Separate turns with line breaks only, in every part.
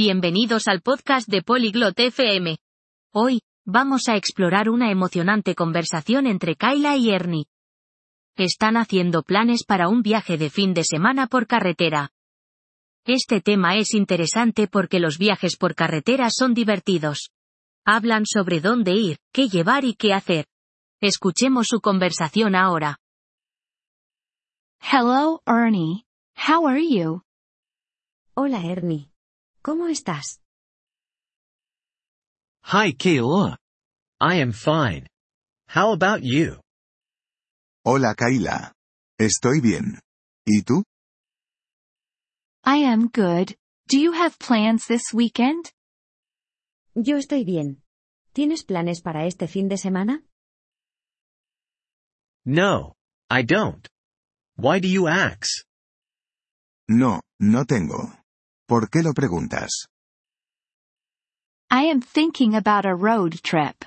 Bienvenidos al podcast de Polyglot FM. Hoy, vamos a explorar una emocionante conversación entre Kyla y Ernie. Están haciendo planes para un viaje de fin de semana por carretera. Este tema es interesante porque los viajes por carretera son divertidos. Hablan sobre dónde ir, qué llevar y qué hacer. Escuchemos su conversación ahora.
Hello, Ernie. How are you?
Hola Ernie. ¿Cómo estás?
Hi Kayla. I am fine. How about you?
Hola Kayla. Estoy bien. ¿Y tú?
I am good. Do you have plans this weekend?
Yo estoy bien. ¿Tienes planes para este fin de semana?
No, I don't. Why do you ask?
No, no tengo. ¿Por qué lo preguntas?
I am thinking about a road trip.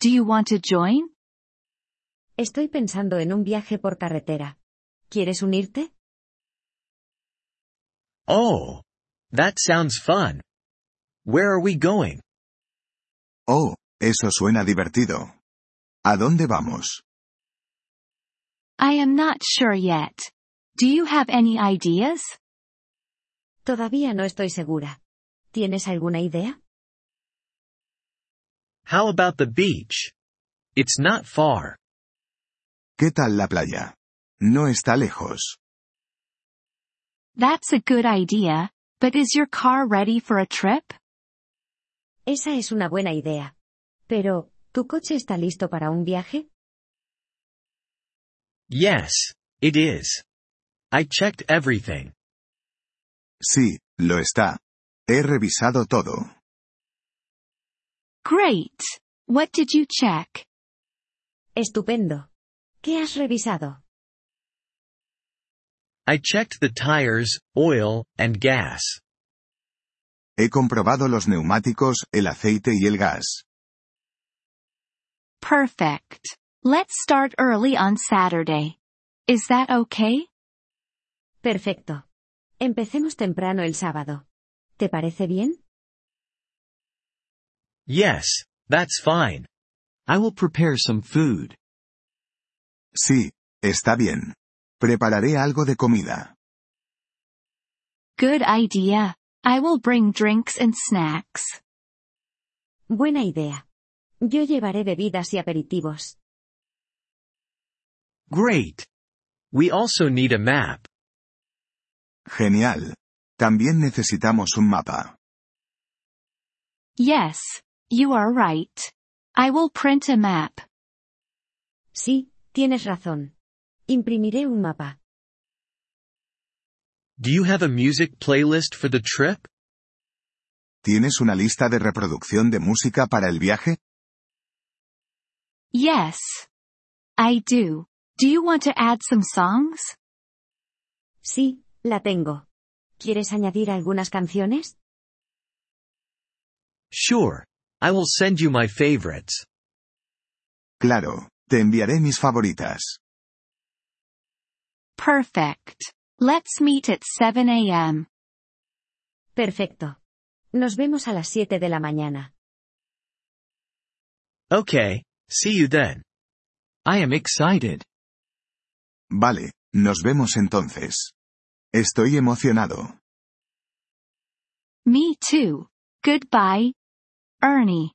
Do you want to join?
Estoy pensando en un viaje por carretera. ¿Quieres unirte?
Oh, that sounds fun. Where are we going?
Oh, eso suena divertido. ¿A dónde vamos?
I am not sure yet. Do you have any ideas?
Todavía no estoy segura. ¿Tienes alguna idea?
How about the beach? It's not far.
¿Qué tal la playa? No está lejos.
That's a good idea, but is your car ready for a trip?
Esa es una buena idea. Pero, ¿tu coche está listo para un viaje?
Yes, it is. I checked everything.
Sí, lo está. He revisado todo.
Great. What did you check?
Estupendo. ¿Qué has revisado?
I checked the tires, oil, and gas.
He comprobado los neumáticos, el aceite y el gas.
Perfect. Let's start early on Saturday. Is that okay?
Perfecto. Empecemos temprano el sábado. ¿Te parece bien?
Yes, that's fine. I will prepare some food.
Sí, está bien. Prepararé algo de comida.
Good idea. I will bring drinks and snacks.
Buena idea. Yo llevaré bebidas y aperitivos.
Great. We also need a map.
Genial. También necesitamos un mapa.
Yes, you are right. I will print a map.
Sí, tienes razón. Imprimiré un mapa.
Do you have a music playlist for the trip?
¿Tienes una lista de reproducción de música para el viaje?
Yes. I do. Do you want to add some songs?
Sí, la tengo. ¿Quieres añadir algunas canciones?
Sure. I will send you my favorites.
Claro, te enviaré mis favoritas.
Perfect. Let's meet at 7 a.m.
Perfecto. Nos vemos a las 7 de la mañana.
Okay, see you then. I am excited.
Vale, nos vemos entonces. Estoy emocionado.
Me too. Goodbye. Ernie.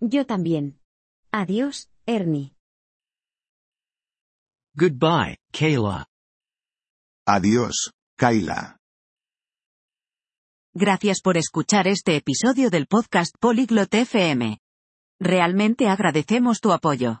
Yo también. Adiós, Ernie.
Goodbye, Kayla.
Adiós, Kayla.
Gracias por escuchar este episodio del podcast Polyglot FM. Realmente agradecemos tu apoyo.